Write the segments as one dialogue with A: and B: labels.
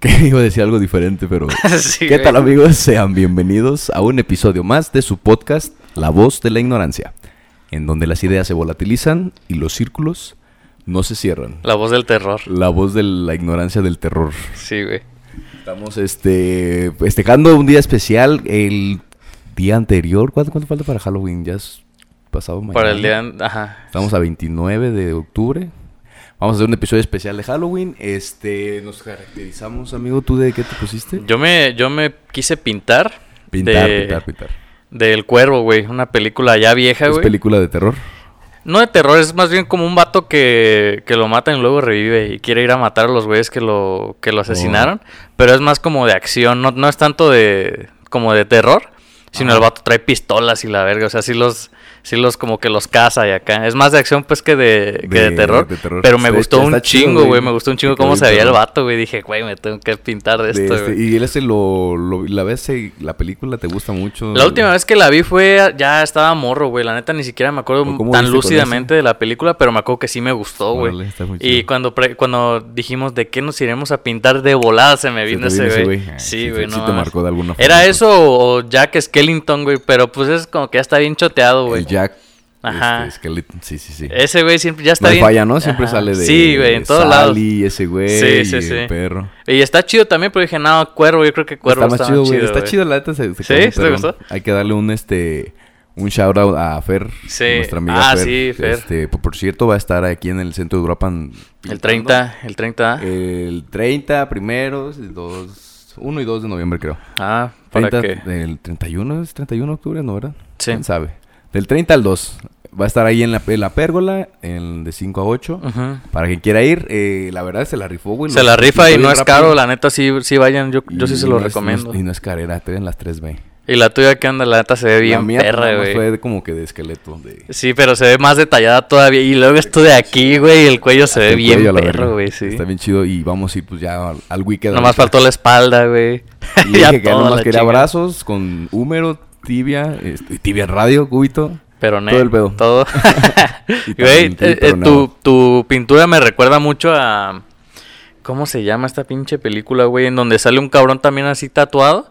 A: Que iba a decir algo diferente, pero...
B: Sí,
A: ¿Qué
B: güey.
A: tal amigos? Sean bienvenidos a un episodio más de su podcast La voz de la ignorancia, en donde las ideas se volatilizan y los círculos no se cierran.
B: La voz del terror.
A: La voz de la ignorancia del terror.
B: Sí, güey.
A: Estamos este festejando un día especial el día anterior. ¿Cuánto, cuánto falta para Halloween? Ya es pasado mañana.
B: Para el día. an- Ajá.
A: Estamos a 29 de octubre. Vamos a hacer un episodio especial de Halloween. Este, nos caracterizamos, amigo, ¿tú de qué te pusiste?
B: Yo me, yo me quise pintar.
A: Pintar,
B: de-
A: pintar, pintar.
B: Del Cuervo, güey. Una película ya vieja,
A: Es
B: güey.
A: película de terror.
B: No de terror, es más bien como un vato que, que lo matan y luego revive y quiere ir a matar a los güeyes que lo, que
A: Oh.
B: lo asesinaron. Pero es más como de acción, no, no es tanto de como de terror, sino
A: Ajá.
B: el vato trae pistolas y la verga. O sea, sí los, sí los como que los caza y acá. Es más de acción pues que de, que de
A: De-
B: terror,
A: de terror.
B: Pero me
A: Está-
B: gustó
A: pues está
B: un
A: chido,
B: chingo,
A: güey.
B: güey. Me gustó un chingo
A: Está
B: cómo
A: bien
B: se veía el
A: perro.
B: vato, güey. Dije, güey, me tengo que pintar de
A: De
B: esto,
A: este-
B: güey.
A: y él ese lo, lo- la ves eh, la película te gusta mucho.
B: La última vez que la vi fue ya estaba morro, güey. La neta ni siquiera me acuerdo
A: ¿O cómo
B: tan
A: viste con
B: lúcidamente de la película, pero me acuerdo que sí me gustó, güey.
A: Órale, está muy
B: Y
A: chido.
B: cuando pre- cuando dijimos de qué nos iremos a pintar de volada se me
A: Se
B: vino
A: te vino
B: ese
A: ese
B: güey.
A: güey. Ay,
B: Sí,
A: sí,
B: güey,
A: sí,
B: no.
A: sí te
B: mames.
A: marcó de alguna forma,
B: Era
A: ¿no?
B: eso o o Jack Skellington, güey, pero pues es como que ya está bien choteado, güey.
A: El Jack.
B: Ajá.
A: este, Skeleton, sí, sí, sí.
B: Ese güey siempre ya está
A: no hay
B: bien.
A: falla, ¿no? Siempre
B: Ajá.
A: sale de
B: Sí, güey, en
A: de
B: todos lados.
A: Sally, ese güey,
B: Sí, sí,
A: y
B: sí.
A: el perro.
B: Y está chido también, pero dije, no, Cuervo, yo creo que Cuervo
A: está más chido, güey. Está
B: güey.
A: chido, la neta. Se, se
B: ¿Sí?
A: quedó
B: ¿Sí te
A: perrón.
B: gustó?
A: Hay que darle un, este, un shout out a Fer.
B: Sí.
A: Nuestra amiga
B: Ah,
A: Fer.
B: sí, Fer.
A: Este, por, por cierto, va a estar aquí en el centro de Urapan.
B: El 30, el 30.
A: Eh, El 30, primero, 2, 1 y 2 de noviembre, creo.
B: ah, para
A: 30,
B: que
A: Del 31, es 31 de octubre, ¿no, verdad?
B: Sí.
A: ¿Quién sabe? Del 30 al 2. Va a estar ahí en la, en la pérgola, en, de 5 a 8.
B: Ujú.
A: Para quien quiera ir, eh, la verdad se la rifó, güey.
B: Se
A: Lo-
B: la rifa y
A: estoy
B: no es
A: rápido.
B: caro, la neta, sí, sí vayan, yo, yo
A: Y
B: sí se lo
A: no es-
B: recomiendo.
A: no es- y no es carrera, estoy en las 3B.
B: Y la tuya que anda, la neta se ve
A: la
B: bien
A: mía
B: perra,
A: nada más
B: güey.
A: fue como que de esqueleto. De...
B: Sí, pero se ve más detallada todavía. Y luego esto de aquí, güey, y el cuello se ve
A: del
B: bien
A: cuello a la
B: perro,
A: verga.
B: güey, sí.
A: Está bien chido y vamos a ir pues ya al- al weekend.
B: Nomás faltó la espalda, güey.
A: Y
B: Ya
A: dije que
B: toda
A: nomás
B: la
A: quería
B: chinga.
A: abrazos con húmero, tibia, este, tibia radio, cubito.
B: Pero ne,
A: Todo el pedo.
B: todo.
A: Y
B: Güey,
A: también tiene
B: eh, eh, tu,
A: peronado.
B: tu pintura me recuerda mucho a. ¿Cómo se llama esta pinche película, güey? En donde sale un cabrón también así tatuado.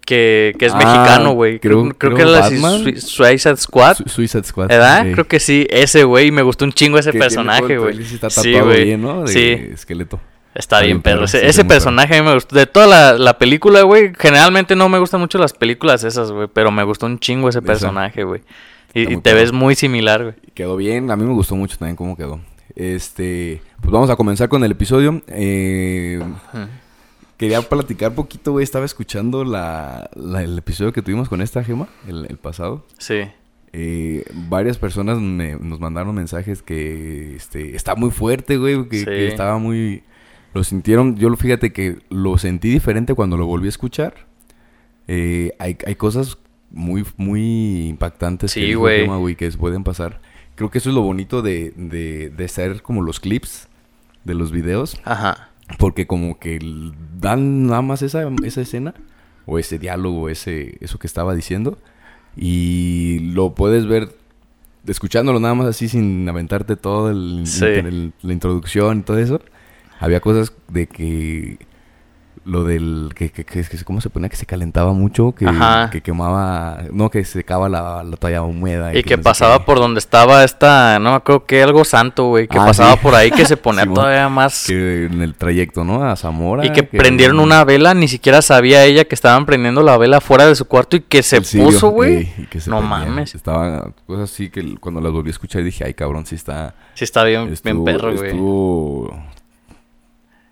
B: Que, que es
A: Ah,
B: mexicano, güey. Creo,
A: creo- creo
B: creo, que era la
A: Batman.
B: Sui- Suicide Squad.
A: Su- Suicide Squad.
B: ¿Ah? ¿Verdad?
A: eh,
B: Creo que sí. Ese, güey. Me gustó un chingo ese
A: que tiene todo
B: personaje,
A: el
B: güey.
A: trailer, sí Está
B: Sí,
A: tatuado
B: güey.
A: bien, ¿no? De
B: Sí.
A: esqueleto.
B: Está bien, perro.
A: sí,
B: Ese, ese
A: está muy perro.
B: personaje a mí me gustó. De toda la, la película, güey. Generalmente no me gustan mucho las películas esas, güey. Pero me gustó un chingo ese
A: Esa.
B: personaje, güey.
A: Está
B: Y, y
A: muy
B: te
A: perro.
B: ves muy similar, güey.
A: Quedó bien, a mí me gustó mucho también cómo quedó. Este, pues vamos a comenzar con el episodio. Eh, quería platicar poquito, güey. Estaba escuchando la, la- el episodio que tuvimos con esta gema, el, el pasado.
B: Sí.
A: Eh, varias personas me- nos mandaron mensajes que este, está muy fuerte, güey. Que,
B: Sí.
A: que estaba muy. Lo sintieron. Yo lo fíjate que lo sentí diferente cuando lo volví a escuchar. Eh, hay, hay cosas muy, muy impactantes
B: Sí,
A: que, dijo
B: güey.
A: Gema, que pueden pasar. Creo que eso es lo bonito de, de, de ser como los clips de los videos.
B: Ajá.
A: Porque como que l- dan nada más esa, esa escena o ese diálogo, ese, eso que estaba diciendo. Y lo puedes ver escuchándolo nada más así sin aventarte todo el,
B: Sí.
A: el- la introducción y todo eso. Había cosas de que lo del que, que, que- que- cómo se ponía que se calentaba mucho, que,
B: Ajá.
A: que quemaba, no que secaba la, la toalla húmeda
B: Y que
A: no sé
B: pasaba
A: qué.
B: por donde estaba esta, no me acuerdo que algo santo, güey, que
A: Ah,
B: pasaba
A: sí.
B: por ahí que se ponía
A: Simón.
B: todavía más
A: que en el trayecto, ¿no? A Zamora
B: y que, prendieron una vela, ni siquiera sabía ella que estaban prendiendo la vela fuera de su cuarto y que se
A: El sirio,
B: puso, güey.
A: ey, y que se
B: No
A: prendía.
B: mames.
A: Estaba cosas así que l- cuando las volví a escuchar dije, ay cabrón, sí está.
B: Sí está bien, bien
A: estuvo-
B: perro, güey.
A: Estuvo,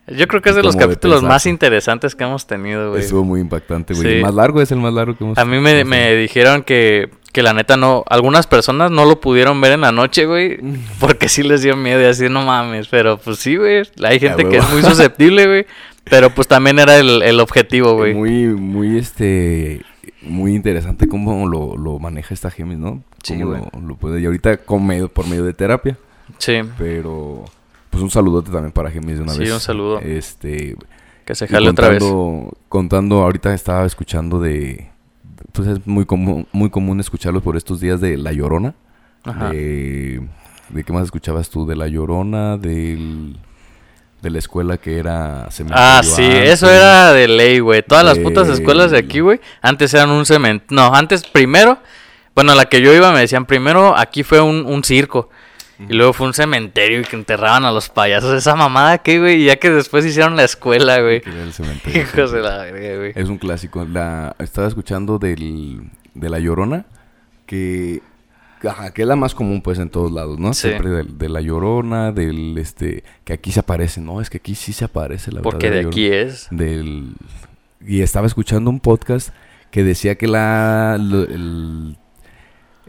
B: Yo creo que es de los
A: como de
B: capítulos
A: pensar.
B: más interesantes que hemos tenido, güey.
A: estuvo muy impactante, güey.
B: Sí.
A: El más largo es el más largo que hemos
B: A mí me,
A: hemos
B: me dijeron que, que la neta no, algunas personas no lo pudieron ver en la noche, güey, porque sí les dio miedo y así, no mames, pero pues sí, güey, hay gente que es
A: huevo.
B: muy susceptible, güey, pero pues también era el, el objetivo, güey.
A: Muy, muy, este, muy interesante cómo lo, lo maneja esta Gemis, ¿no?
B: Sí,
A: Cómo
B: güey.
A: lo, lo puede, y ahorita con medio, por medio de terapia,
B: Sí,
A: pero pues un saludote también para Gemis de una
B: Sí,
A: vez.
B: un saludo.
A: Este,
B: que se
A: Y
B: jale otra vez.
A: contando- Contando, ahorita estaba escuchando de. Pues es muy común, muy común escucharlos por estos días de La Llorona.
B: Ajá.
A: De, ¿de qué más escuchabas tú? De La Llorona, del. de la escuela que era cementerio.
B: Ah, sí,
A: antes.
B: eso era de ley, güey. Todas las putas
A: Güey.
B: escuelas de aquí, güey, antes eran un cementerio. No, antes primero, bueno, la que yo iba me decían primero, aquí fue un, un circo. Y luego fue un cementerio y que enterraban a los payasos. Esa mamada que, güey, y ya que después hicieron la escuela, güey.
A: Que era el cementerio.
B: Hijos de la verga, güey.
A: Es un clásico. La, estaba escuchando del, de La Llorona, que, ajá, que es la más común pues en todos lados, ¿no?
B: Sí.
A: Siempre del- de, La Llorona, del este, que aquí se aparece, no, es que aquí sí se aparece la
B: Porque de
A: verdadera
B: aquí es.
A: Llorona. Del, y estaba escuchando un podcast que decía que la, lo- el-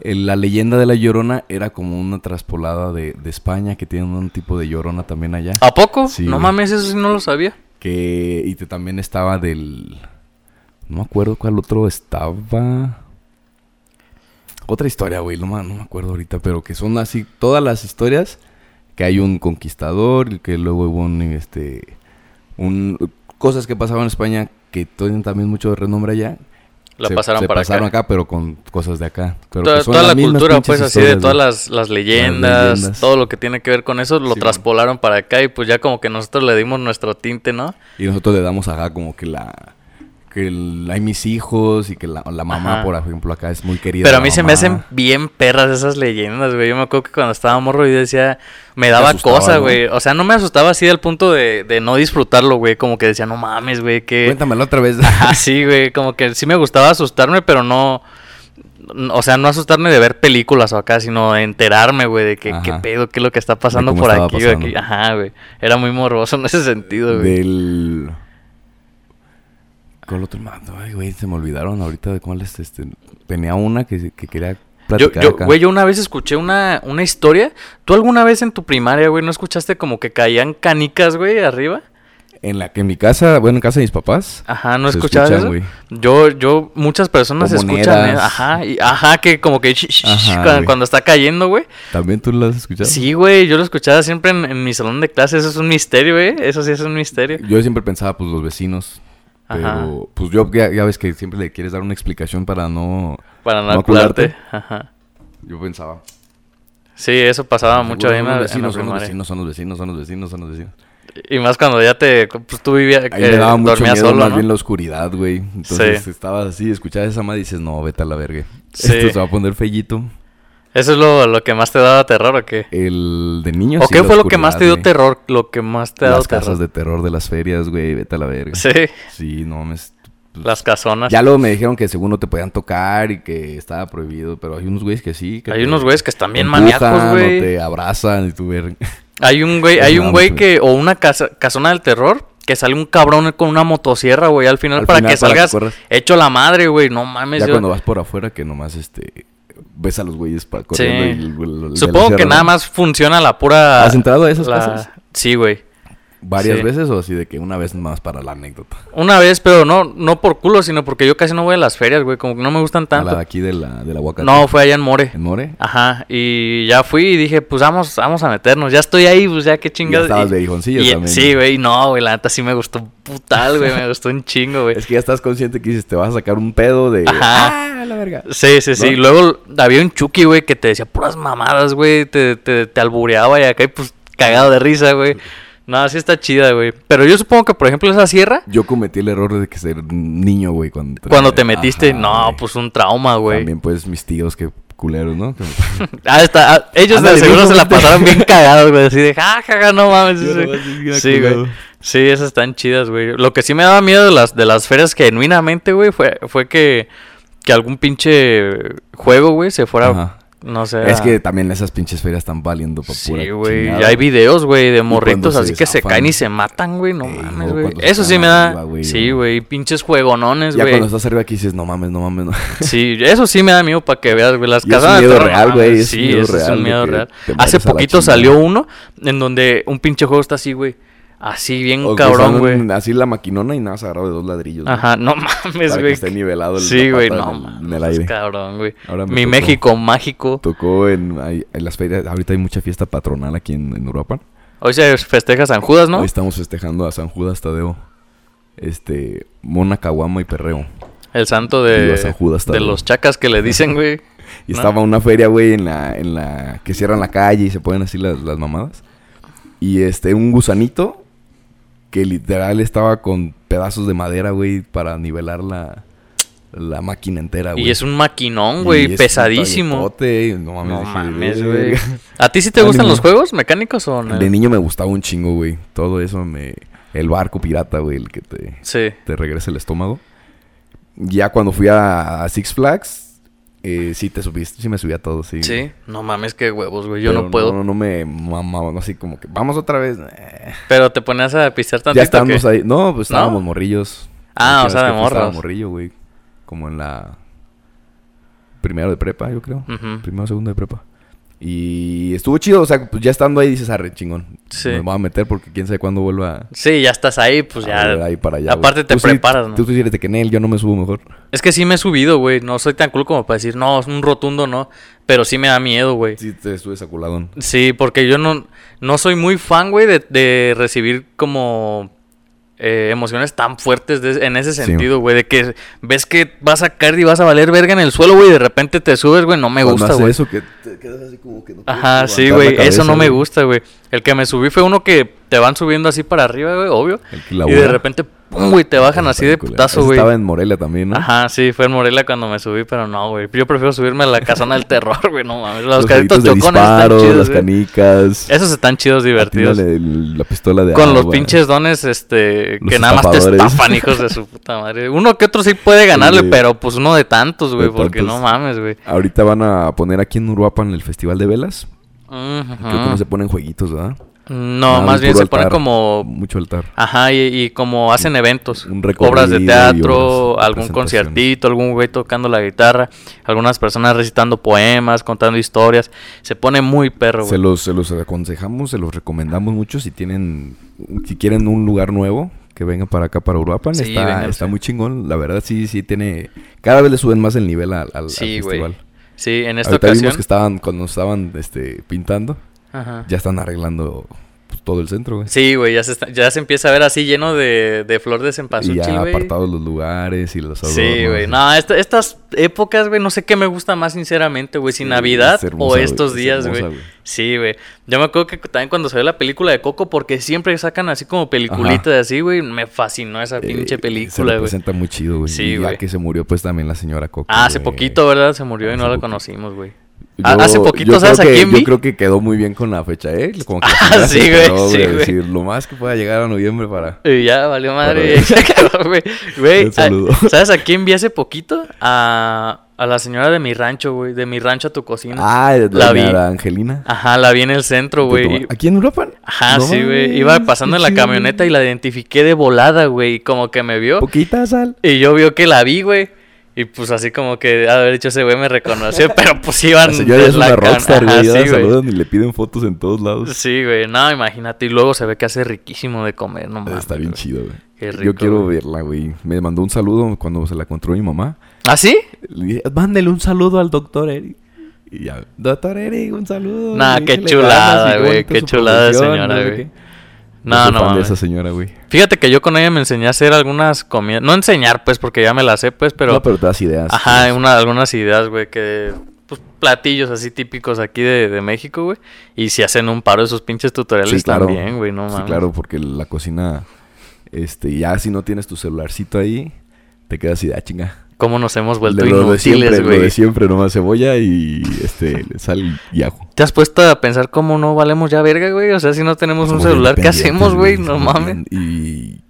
A: el- la leyenda de La Llorona era como una traspolada de, de España, que tienen un tipo de Llorona también allá.
B: ¿A poco?
A: Sí,
B: no
A: güey.
B: mames, eso sí no lo sabía.
A: Que. Y te- también estaba del. No me acuerdo cuál otro estaba. Otra historia, güey. No, ma- no me acuerdo ahorita, pero que son así todas las historias. Que hay un conquistador y que luego hubo un. Este, un cosas que pasaban en España que tienen también mucho renombre allá.
B: La
A: se-
B: pasaron
A: se
B: para
A: pasaron
B: acá.
A: acá. pero con cosas de acá. Pero que
B: Toda,
A: son
B: toda
A: las
B: la
A: mismas
B: cultura,
A: pinches
B: pues, así de
A: historias,
B: todas
A: güey.
B: las, las leyendas,
A: leyendas.
B: todo lo que tiene que ver con eso, lo
A: Sí,
B: traspolaron para acá y pues ya como que nosotros le dimos nuestro tinte, ¿no?
A: Y nosotros le damos acá como que la... Que el- hay mis hijos y que la, la mamá,
B: Ajá.
A: por ejemplo, acá es muy querida.
B: Pero a
A: la
B: mí se me
A: mamá.
B: hacen bien perras esas leyendas, güey. Yo me acuerdo que cuando estaba morro y decía, me daba
A: asustaba,
B: cosa,
A: ¿no?
B: güey. O sea, no me asustaba así al punto de, de no disfrutarlo, güey. Como que decía, no mames, güey, que...
A: Cuéntamelo otra vez.
B: Así, güey, como que Ah, sí me gustaba asustarme, pero no... n- O sea, no asustarme de ver películas o acá, sino de enterarme, güey, de que,
A: Ajá.
B: qué pedo, qué es lo que está pasando
A: cómo
B: por
A: estaba
B: aquí, güey.
A: pasando.
B: aquí. Ajá, güey. Era muy morboso en ese sentido, güey.
A: Del... ¿Cuál otro mando? Ay, güey, se me olvidaron ahorita de cuál es este... Tenía una que, que quería
B: Yo,
A: platicar
B: yo,
A: acá.
B: güey, yo una vez escuché una, una historia. ¿Tú alguna vez en tu primaria, güey, no escuchaste como que caían canicas, güey, arriba?
A: En la que en mi casa... Bueno, en casa de mis papás...
B: Ajá, ¿no
A: se
B: escuchabas
A: escuchan,
B: eso?
A: güey.
B: Yo, yo, muchas personas
A: O
B: escuchan,
A: monedas.
B: eh, ajá, y- ajá, que como que sh- sh- sh-
A: Ajá,
B: cuando,
A: güey.
B: cuando está cayendo, güey.
A: ¿También tú lo has escuchado?
B: Sí, güey, yo lo escuchaba siempre en, en mi salón de clases, eso es un misterio, güey, eso sí es un misterio.
A: Yo siempre pensaba, pues, los vecinos. Pero,
B: Ajá.
A: pues, yo ya, ya ves que siempre le quieres dar una explicación para no...
B: Para no,
A: No
B: acordarte.
A: acordarte.
B: Ajá.
A: Yo pensaba...
B: Sí, eso pasaba mucho ahí
A: Seguro son
B: en la,
A: los vecinos,
B: en la
A: son los
B: primaria.
A: vecinos, son los vecinos, son los vecinos, son los vecinos.
B: Y más cuando ya te, pues tú vivías,
A: Ahí me daba mucho
B: dormías
A: miedo
B: solo,
A: más
B: ¿no?
A: bien la oscuridad, güey. Entonces
B: Sí.
A: estabas así, escuchabas esa madre y dices, no, vete a la verga.
B: Sí.
A: Esto se va a poner fellito.
B: ¿Eso es lo, lo que más te daba terror o qué?
A: El de niños.
B: ¿O qué fue lo que más te dio terror? Lo que más te ha dado
A: Las
B: terror.
A: casas de terror de las ferias, güey, vete a la verga.
B: Sí,
A: Sí, no mames.
B: las casonas.
A: Ya luego me dijeron que según no te podían tocar y que estaba prohibido, pero hay unos güeyes que sí. que
B: Hay
A: te
B: unos güeyes que están bien
A: empujan
B: maníacos,
A: o
B: güey.
A: te abrazan y tú ver.
B: Hay un güey,
A: Es
B: hay un
A: nada
B: güey
A: más,
B: que, o una casa- casona del terror, que sale un cabrón con una motosierra, güey, al final
A: Al
B: para
A: final,
B: que
A: para que
B: salgas
A: corras.
B: hecho la madre, güey, no mames.
A: Ya
B: yo-
A: cuando vas por afuera que nomás este ves a los güeyes pa- corriendo y el- el- el-
B: Supongo
A: el-
B: que nada más funciona la pura...
A: ¿Has entrado a esas
B: la-
A: casas?
B: Sí, güey.
A: ¿Varias
B: Sí.
A: veces o así de que una vez más para la anécdota?
B: Una vez, pero no, no por culo, sino porque yo casi no voy a las ferias, güey, como que no me gustan
A: A la
B: tanto.
A: de aquí de la, de la Huacate.
B: No, Ah, fue allá en More.
A: ¿En More?
B: Ajá, y ya fui y dije, pues vamos, vamos a meternos, ya estoy ahí, pues ya qué chingas.
A: estabas
B: Y-
A: de hijoncillo
B: y-
A: también.
B: Sí, güey, no, güey, la neta sí me gustó un putal, güey, me gustó un chingo, güey.
A: Es que ya estás consciente que dices, te vas a sacar un pedo de...
B: Ajá.
A: ¡Ah, la verga!
B: Sí, sí, sí.
A: ¿No?
B: Luego había un Chucky, güey, que te decía puras mamadas, güey. Te, te, te albureaba y acá, y pues cagado de risa, güey. No, sí está chida, güey. Pero yo supongo que, por ejemplo, esa sierra,
A: Yo cometí el error de que ser niño, güey, cuando... entré.
B: cuando te metiste,
A: Ajá,
B: no,
A: güey.
B: pues un trauma, güey.
A: También, pues, mis tíos que culeros, ¿no? Que-
B: Ah, está, ah, ellos de
A: Ándale,
B: seguro
A: viejo,
B: se la
A: vete.
B: pasaron bien cagados, güey. Así de, ja, ja, ja, no mames.
A: Yo
B: Sí,
A: nomás así,
B: Sí,
A: colgado.
B: güey. Sí, esas están chidas, güey. Lo que sí me daba miedo de las, de las ferias genuinamente, güey, fue, fue que, que algún pinche juego, güey, se fuera,
A: Ajá.
B: no sé.
A: Es
B: a-
A: que también esas pinches ferias están valiendo para
B: Sí, güey. Ya hay videos, güey, de morritos
A: cuando
B: así
A: se
B: que se
A: zafan.
B: caen y se matan, güey. No
A: Ey,
B: mames,
A: o
B: güey.
A: cuando se
B: Eso sí
A: caen
B: me da.
A: arriba, güey,
B: sí,
A: o-
B: güey. Pinches juegonones,
A: Ya cuando
B: güey.
A: estás arriba aquí dices, no mames, no mames, no.
B: Sí, eso sí me da miedo para que veas, güey. Las
A: Y es un
B: casas. de
A: miedo
B: terror, no
A: real, güey,
B: mames,
A: es un
B: Sí,
A: miedo
B: eso es
A: real
B: un
A: de
B: miedo
A: que
B: real.
A: te mueres
B: Hace
A: a la
B: poquito
A: chingada.
B: salió uno en donde un pinche juego está así, güey. Así bien
A: O que
B: cabrón,
A: usan
B: güey.
A: Así la maquinona y nada, más agarrado de dos ladrillos. güey,
B: Ajá, no mames,
A: Para que
B: güey.
A: esté nivelado el
B: Sí, güey,
A: zapato
B: no
A: en el-
B: mames.
A: en el aire.
B: Cabrón, güey.
A: Ahora me
B: Mi
A: tocó.
B: México mágico.
A: Tocó en, ahí- en las ferias. Ahorita hay mucha fiesta patronal aquí en, en Europa.
B: Hoy se festeja San Judas, ¿no?
A: Hoy estamos festejando a San Judas Tadeo. Este, Mona Caguama y Perreo.
B: El santo
A: Digo,
B: de,
A: San Judas
B: de
A: también.
B: los chacas que le dicen, güey.
A: Y
B: No.
A: estaba una feria, güey, en la, en la que cierran la calle y se ponen así las, las mamadas. Y este, un gusanito que literal estaba con pedazos de madera, güey, para nivelar la, la máquina entera, Ah, güey.
B: Y es un maquinón, güey, pesadísimo.
A: No mames,
B: No
A: dije,
B: mames,
A: "Verga".
B: güey. ¿A ti sí te gustan
A: Ánimo.
B: los juegos mecánicos o no?
A: De niño me gustaba un chingo, güey. Todo eso me... El barco pirata, güey, el que te,
B: Sí.
A: te regresa el estómago. Ya cuando fui a, a Six Flags, eh, sí te subiste, sí me subí a todo, sí.
B: Sí, no mames, qué huevos, güey. Yo
A: Pero
B: no puedo.
A: No, no me mamaba, no así como que vamos otra vez. Eh,
B: Pero te ponías a pistear tantito.
A: Ya estábamos
B: que-
A: ahí. No, pues
B: ¿No?
A: estábamos morrillos.
B: Ah,
A: La
B: o
A: última
B: sea, de
A: vez que fui Estaba
B: morros.
A: morrillo, güey. Como en la. Primero de prepa, yo creo.
B: Ujú.
A: Primero, segundo de prepa. Y estuvo chido, o sea, pues ya estando ahí dices, arre, chingón.
B: Sí.
A: Me voy a meter porque quién sabe cuándo vuelva.
B: Sí, ya estás ahí, pues
A: a
B: ya.
A: volver ahí para allá. Ah, güey".
B: Aparte te
A: Tú sí-
B: preparas, ¿no?
A: Tú sí eres de que en él yo no me subo mejor.
B: Es que sí me he subido, güey. No soy tan cool como para decir, no, es un rotundo, no. Pero sí me da miedo, güey.
A: Sí, te subes a culadón.
B: Sí, porque yo no, no soy muy fan, güey, de, de recibir como eh, emociones tan fuertes de- en ese
A: Sí.
B: sentido, güey. De que ves que vas a caer y vas a valer verga en el suelo, güey, y de repente te subes, güey. No me
A: Cuando
B: gusta,
A: hace
B: güey.
A: eso que te quedas así como que no puedes
B: Ajá, sí,
A: levantar la
B: güey. Eso
A: cabeza,
B: no me
A: güey.
B: gusta, güey. El que me subí fue uno que te van subiendo así para arriba, güey, obvio.
A: El que
B: Y
A: labura.
B: de repente, pum, güey, te bajan
A: Esa
B: así de
A: película.
B: putazo,
A: Esa
B: güey. Ah,
A: Estaba en Morelia también, ¿no?
B: Ajá, sí, fue en Morelia cuando me subí, pero no, güey. Yo prefiero subirme a la casona del terror, güey. No mames, los, carritos
A: jueguitos de
B: chocones están
A: disparo,
B: chidos. eh.
A: las
B: güey.
A: canicas.
B: Esos están chidos, divertidos.
A: atínale el- la pistola de
B: Con los
A: agua.
B: pinches dones, este,
A: Los
B: que nada más te
A: estafadores.
B: estafan, hijos de su puta madre. Uno que otro sí puede ganarle,
A: güey.
B: pero pues uno de tantos, güey,
A: De
B: porque
A: tantos.
B: no mames, güey.
A: Ahorita van a poner aquí en Uruapan el Festival de Velas. Creo que
B: Ujú.
A: no se ponen jueguitos, ¿verdad?
B: No,
A: Nada,
B: más
A: un
B: bien
A: puro
B: se ponen
A: altar,
B: como
A: Mucho altar.
B: Ajá, y, y como hacen eventos,
A: un recorrido
B: obras de
A: y
B: teatro,
A: obras,
B: algún
A: presentaciones.
B: conciertito, algún güey tocando la guitarra, algunas personas recitando poemas, contando historias, se pone muy perro,
A: Se
B: güey.
A: los, se los aconsejamos, se los recomendamos mucho. Si tienen, si quieren un lugar nuevo, que vengan para acá, para Uruapan.
B: Sí,
A: está,
B: vénganse.
A: está muy chingón. La verdad, sí, sí tiene... Cada vez le suben más el nivel al, al- al
B: Sí, güey.
A: festival.
B: Sí, en esta
A: Ahorita
B: ocasión.
A: vimos que estaban, cuando estaban este, pintando,
B: Ajá.
A: ya están arreglando pues, todo el centro, güey.
B: Sí, güey, ya se, está- ya se empieza a ver así lleno de, de flor de
A: Y
B: cempasúchil,
A: ya
B: güey.
A: apartados los lugares y los adornos.
B: Sí, güey. No, esta- estas épocas, güey, no sé qué me gusta más, sinceramente, güey. Si
A: Sí,
B: Navidad
A: es hermosa,
B: o
A: güey,
B: estos
A: es
B: días,
A: hermosa,
B: güey. Sí, güey. Yo me acuerdo que también cuando salió la película de Coco, porque siempre sacan así como peliculitas así, güey. Me fascinó esa pinche
A: Eh,
B: película,
A: Se
B: güey.
A: presenta muy chido, güey.
B: Sí,
A: Y ya
B: güey.
A: que se murió, pues también la señora Coco.
B: Ah, hace
A: güey.
B: poquito, ¿verdad? Se murió y
A: Hace
B: no la
A: poquito.
B: conocimos, güey.
A: Yo-
B: Ah, hace
A: yo
B: poquito, ¿sabes a
A: creo que-
B: quién vi?
A: Yo creo que quedó muy bien con la fecha, ¿eh? Como que la señora
B: Ah, sí,
A: se
B: güey,
A: quedó,
B: sí, güey.
A: decir, lo más que pueda llegar a noviembre para.
B: Y ya valió madre.
A: Pero-
B: y se quedó, güey. Güey,
A: Un saludo.
B: a- ¿sabes a quién vi hace poquito? A, a la señora de mi rancho, güey. De mi rancho a tu cocina.
A: Ah, la,
B: La vi.
A: Angelina.
B: Ajá, la vi en el centro,
A: Te
B: güey.
A: toma- ¿Aquí en Europa?
B: Ajá,
A: No
B: sí, güey.
A: mames,
B: Iba pasando
A: qué
B: en la
A: chido,
B: camioneta y
A: güey.
B: la identifiqué de volada, güey. y Como que me vio.
A: Poquita sal.
B: Y yo vio que la vi, güey. Y pues así como que, a ver, hecho ese güey me reconoció, pero pues iban...
A: La señora es
B: en la
A: una
B: cam-
A: rockstar,
B: Ajá,
A: güey. Ya
B: sí,
A: la saludan y le piden fotos en todos lados.
B: Sí, güey. No, imagínate. Y luego se ve que hace riquísimo de comer, no mames.
A: Está bien
B: güey.
A: chido, güey.
B: Qué
A: Yo
B: rico,
A: quiero
B: güey.
A: verla, güey. Me mandó un saludo cuando se la encontró mi mamá.
B: ¿Ah, sí?
A: Le dije, Mándele un saludo al doctor Eric. Y ya, doctor Eric, un saludo.
B: Nah,
A: güey,
B: qué
A: échale
B: chulada,
A: ganas y
B: güey,
A: bonita
B: qué
A: su
B: chulada de
A: profesión,
B: señora,
A: no sé
B: güey.
A: qué". Yo
B: No,
A: soy
B: no
A: fan de
B: mames.
A: esa señora, güey.
B: Fíjate que yo con ella me enseñé a hacer algunas comidas. No enseñar, pues, porque ya me las sé, pues, pero...
A: No, pero te das ideas.
B: Ajá,
A: pues.
B: una- algunas ideas, güey, que... Pues platillos así típicos aquí de, de México, güey. Y si hacen un paro de esos pinches tutoriales
A: Sí, claro.
B: también, güey, no mames.
A: Sí, claro, porque la cocina, este, ya si no tienes tu celularcito ahí, te quedas así de ah, chinga.
B: ¿Cómo nos hemos
A: Lo
B: vuelto
A: lo de siempre,
B: inútiles,
A: lo de
B: güey?
A: siempre, nomás cebolla y este, sal y ajo.
B: ¿Te has puesto a pensar cómo no valemos ya verga, güey? O sea, si no tenemos un
A: Somos
B: celular, ¿qué
A: independientes,
B: hacemos, güey? No
A: somos
B: mames.
A: bien- Y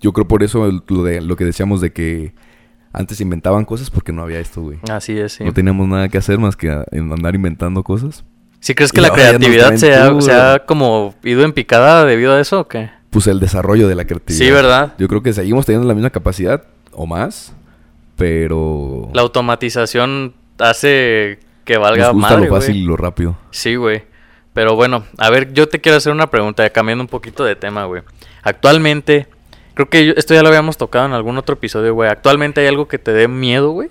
A: yo creo por eso el- lo, de, lo que decíamos de que antes inventaban cosas porque no había esto, güey.
B: Así es, sí.
A: No teníamos nada que hacer más que a- en andar inventando cosas.
B: ¿Sí crees
A: y
B: que la
A: ahora ya nos
B: creatividad
A: traen
B: se ha,
A: tú,
B: se
A: güey.
B: ha como ido en picada debido a eso o qué?
A: Pues el desarrollo de la creatividad.
B: Sí, ¿verdad?
A: Yo creo que seguimos teniendo la misma capacidad o más, pero
B: La automatización hace que valga
A: nos gusta
B: madre,
A: lo fácil
B: güey.
A: y lo rápido.
B: Sí, güey. Pero bueno, a ver, yo te quiero hacer una pregunta, cambiando un poquito de tema, güey. Actualmente, creo que yo- esto ya lo habíamos tocado en algún otro episodio, güey. Actualmente hay algo que te dé miedo, güey.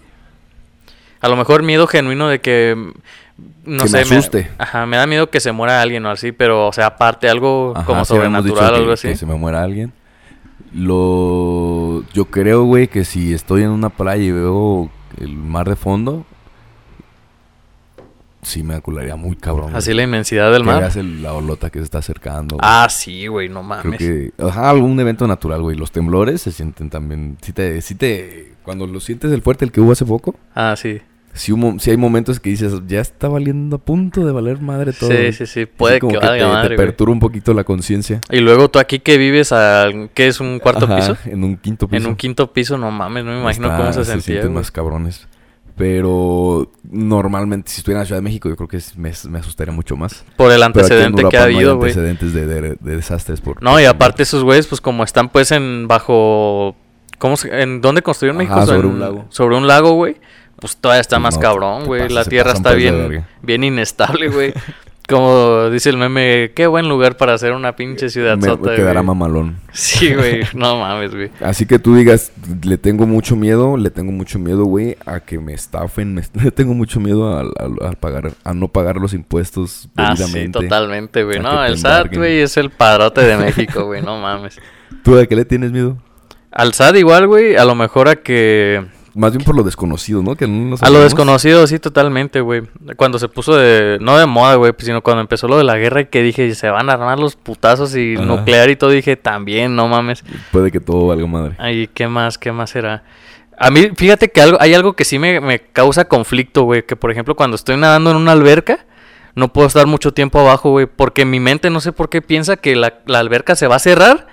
B: A lo mejor miedo genuino de que. mm, No
A: Que me
B: sé,
A: asuste.
B: ajá, me da miedo que se muera alguien o así, pero, o sea, aparte, algo
A: Ajá,
B: como
A: sí habíamos dicho
B: sobrenatural o
A: que-
B: algo así.
A: Que se me muera alguien. Lo... Yo creo, güey, que si estoy en una playa y veo el mar de fondo, sí me acularía muy cabrón.
B: Así la inmensidad del
A: que
B: mar.
A: veas el- la olota que se está acercando. güey.
B: Ah, sí, güey, no
A: Creo
B: mames.
A: que... Ajá, algún evento natural, güey. Los temblores se sienten también... Si te... Si te cuando lo sientes el fuerte, el que hubo hace poco,
B: Ah, sí.
A: si, hay momentos que dices, ya está valiendo a punto de valer madre todo.
B: Sí,
A: güey".
B: sí, sí.
A: Así
B: Puede que,
A: como
B: valga
A: te, te
B: madre, güey.
A: perturba un poquito la conciencia.
B: Y luego tú aquí que vives al... ¿Qué es? ¿Un cuarto
A: Ajá,
B: piso?
A: En un quinto piso.
B: En un quinto piso, no mames. No me imagino
A: Está-
B: cómo se sentía,
A: sienten
B: güey.
A: más cabrones. Pero normalmente, si estuviera en la Ciudad de México, yo creo que es- me, me asustaría mucho más.
B: Por
A: Pero aquí
B: el
A: en
B: antecedente
A: Europa
B: que ha
A: no hay
B: habido, güey.
A: antecedentes de, de- de desastres. Por,
B: No, y aparte esos güeyes, pues como están pues en bajo... ¿Cómo se- ¿En dónde construyeron
A: Ajá,
B: México? O sea,
A: sobre un
B: en-
A: lago.
B: Sobre un lago, güey. Pues todavía está
A: Pues
B: más
A: no,
B: cabrón,
A: te
B: güey.
A: pasas,
B: La
A: se
B: tierra
A: pasan,
B: está
A: pues, de
B: bien,
A: verga.
B: bien inestable, güey. Como dice el meme, qué buen lugar para hacer una pinche ciudad
A: me
B: sota,
A: quedará mamalón.
B: Sí, güey. No mames, güey.
A: Así que tú digas, le tengo mucho miedo, le tengo mucho miedo, güey, a que me estafen, me- le tengo mucho miedo al- al- al pagar, a no pagar los impuestos
B: Ah,
A: debidamente.
B: sí, totalmente, güey.
A: A
B: No,
A: que te
B: el SAT,
A: embarguen.
B: güey, es el padrote de México, güey. No mames.
A: ¿Tú a qué le tienes miedo?
B: Al SAT igual, güey, a lo mejor a que...
A: Más bien por lo desconocido, ¿no? Que no nos
B: A lo
A: sabemos.
B: desconocido, sí, totalmente, güey. Cuando se puso de... No de moda, güey, pues, sino cuando empezó lo de la guerra y que dije, se van a armar los putazos y
A: Ajá.
B: nuclear y todo, dije, también, no mames.
A: Puede que todo valga madre.
B: Ay, ¿qué más? ¿Qué más será? A mí, fíjate que algo, hay algo que sí me, me causa conflicto, güey. Que por ejemplo, cuando estoy nadando en una alberca, no puedo estar mucho tiempo abajo, güey. Porque mi mente, no sé por qué, piensa que la, la alberca se va a cerrar